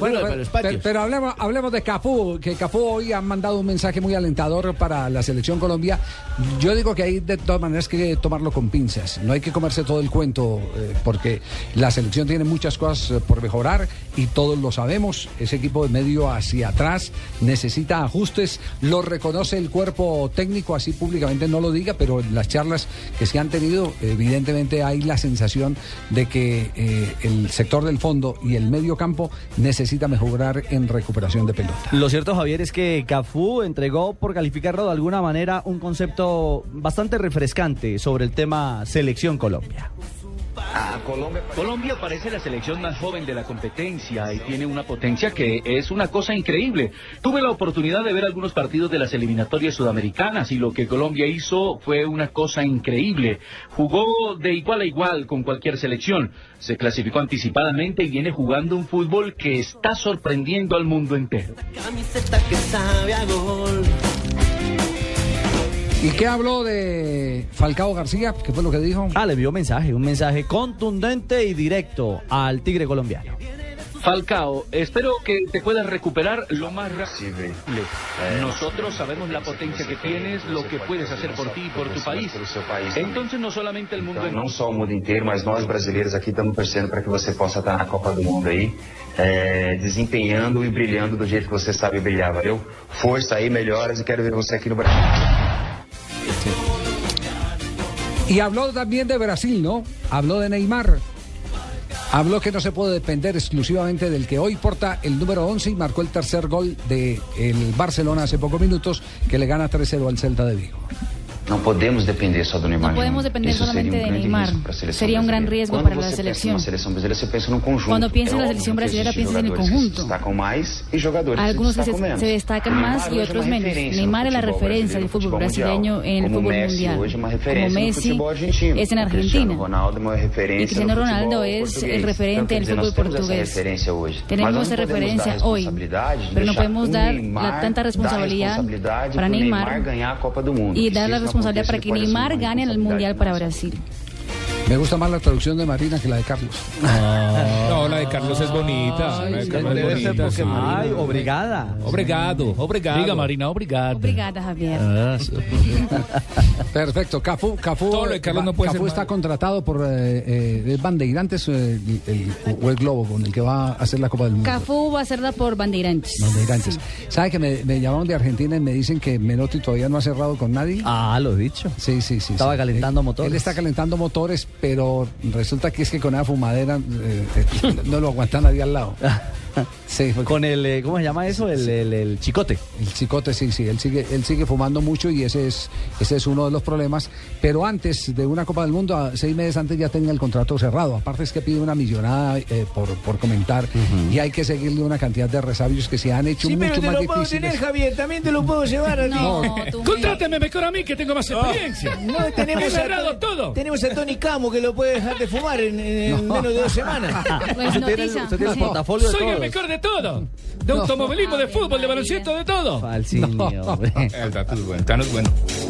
Bueno, ayuda para pero, los patios. pero- pero hablemos, hablemos de Cafú, que Cafú hoy ha mandado un mensaje muy alentador para la selección Colombia. Yo digo que hay de todas maneras que tomarlo con pinzas, no hay que comerse todo el cuento, eh, porque la selección tiene muchas cosas eh, por mejorar y todos lo sabemos. Ese equipo de medio hacia atrás necesita ajustes, lo reconoce el cuerpo técnico, así públicamente no lo diga, pero en las charlas que se han tenido, evidentemente hay la sensación de que eh, el sector del fondo y el medio campo necesita mejorar en recuperación de pelota. Lo cierto, Javier, es que Cafú entregó, por calificarlo de alguna manera, un concepto bastante refrescante sobre el tema Selección Colombia. Colombia parece la selección más joven de la competencia y tiene una potencia que es una cosa increíble. Tuve la oportunidad de ver algunos partidos de las eliminatorias sudamericanas y lo que Colombia hizo fue una cosa increíble. Jugó de igual a igual con cualquier selección. Se clasificó anticipadamente y viene jugando un fútbol que está sorprendiendo al mundo entero. Camiseta que sabe a gol. ¿Y qué habló de Falcao García? ¿Qué fue lo que dijo? Ah, le envió mensaje, un mensaje contundente y directo al Tigre colombiano. Falcao, espero que te puedas recuperar lo más rápido. Eh, Nosotros sabemos la potencia que tienes, lo que puedes hacer por ti y por tu país. Entonces no solamente el mundo Então, não entero. só o mundo inteiro, mas nós brasileiros aqui estamos torcendo para que você possa estar na Copa do Mundo aí, é, desempenhando e brilhando do jeito que você sabe brilhar, valeu? Força aí, melhoras e quero ver você aqui no Brasil. Y habló también de Brasil, ¿no? Habló de Neymar. Habló que no se puede depender exclusivamente del que hoy porta el número 11 y marcó el tercer gol del el Barcelona hace pocos minutos, que le gana 3-0 al Celta de Vigo. Não podemos depender só do Neymar. Não podemos depender Isso solamente seria um de grande Neymar. risco pra seleção Seria um gran brasileira. riesgo Quando para la você Pensa selección. numa seleção brasileira, você pensa num conjunto. Quando pensa óbvio na seleção que existem brasileira, pensa no jogadores que conjunto. Se destacam mais e jogadores Algunos que que se se, destacam menos. se destacan Neymar más y hoje é otros uma menos. referência no Neymar es la futebol referencia brasileiro, del fútbol futebol brasileño mundial. en el Como fútbol Messi, mundial. hoje é uma Como referência no Messi futebol argentino. es en Argentina. Cristiano Ronaldo é uma referência Y Cristiano no futebol Ronaldo es português. el Então, referente quer del dizer, nós fútbol temos essa portugués. referência hoje. Mas Tenemos nós não podemos essa dar referencia hoy, responsabilidade de pero no deixar podemos o dar Neymar la tanta dar responsabilidad responsabilidade para pro Neymar ganhar a Copa do Mundo. y Isso dar la não acontece, responsabilidad para ele que pode assumir Neymar uma gane el responsabilidade Mundial para nossa. Brasil. Me gusta más la traducción de Marina que la de Carlos. No, la de Carlos es Ah, bonita. la de Carlos es debe ser bonita, porque sí. Ay, obrigada. Obrigado, obrigado. Diga, Marina, obrigado. Obrigada, Javier. Ah. Perfecto. Cafú, Cafú, Todo lo de Carlos no puede Cafú ser está malo. contratado por eh, eh, Bandeirantes eh, el- el- o el Globo con el que va a hacer la Copa del Mundo. Cafú va a hacerla por Bandeirantes. Bandeirantes. ¿Sabe que me, me llamaron de Argentina y me dicen que Menotti todavía no ha cerrado con nadie? Ah, lo he dicho. Sí, sí, sí. Estaba sí. calentando Él- motores. Él está calentando motores, pero resulta que es que con esa fumadera eh, eh, no lo aguanta nadie al lado. Ah. Sí, fue- Con el, eh, ¿cómo se llama eso? El, el- el chicote. el chicote, sí, sí, él sigue, él sigue fumando mucho y ese es, ese es uno de los problemas. Pero antes de una Copa del Mundo, a- seis meses antes ya tenía el contrato cerrado. Aparte es que pide una millonada eh, por, por comentar y hay que seguirle una cantidad de resabios que se han hecho mucho más difíciles. Javier. También te lo puedo llevar a No, tú Contráteme mejor a mí que tengo más experiencia. No, He cerrado todo. tenemos a Tony Camo que lo puede dejar de fumar en, menos de dos semanas. Pues Usted tiene el, noticia, usted tiene el sí. portafolio de Soy el todos. mejor de todo. De automovilismo, de Ave fútbol, de María. baloncesto, de todo. Falsinio, hombre. El Tano es bueno. Tano es bueno.